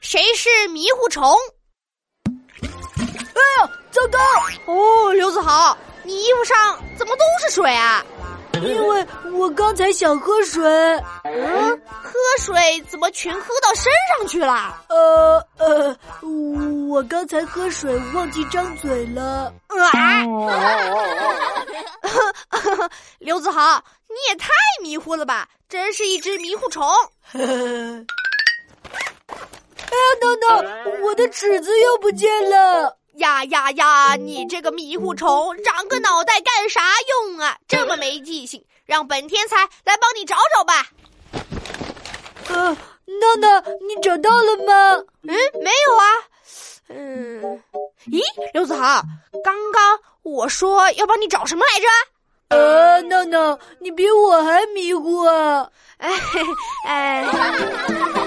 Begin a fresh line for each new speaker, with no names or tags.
谁是迷糊虫？
哎呀，糟糕！
哦，刘子豪，你衣服上怎么都是水啊？
因为我刚才想喝水，
嗯，喝水怎么全喝到身上去了？
呃呃，我刚才喝水忘记张嘴了。
啊！ 刘子豪，你也太迷糊了吧！真是一只迷糊虫。
哎呀，等等，我的尺子又不见了。
呀呀呀！你这个迷糊虫，长个脑袋干啥用啊？这么没记性，让本天才来帮你找找吧。
呃，闹闹，你找到了吗？
嗯，没有啊。嗯，咦，刘子豪，刚刚我说要帮你找什么来着？
呃，闹闹，你比我还迷糊啊！
哎哎。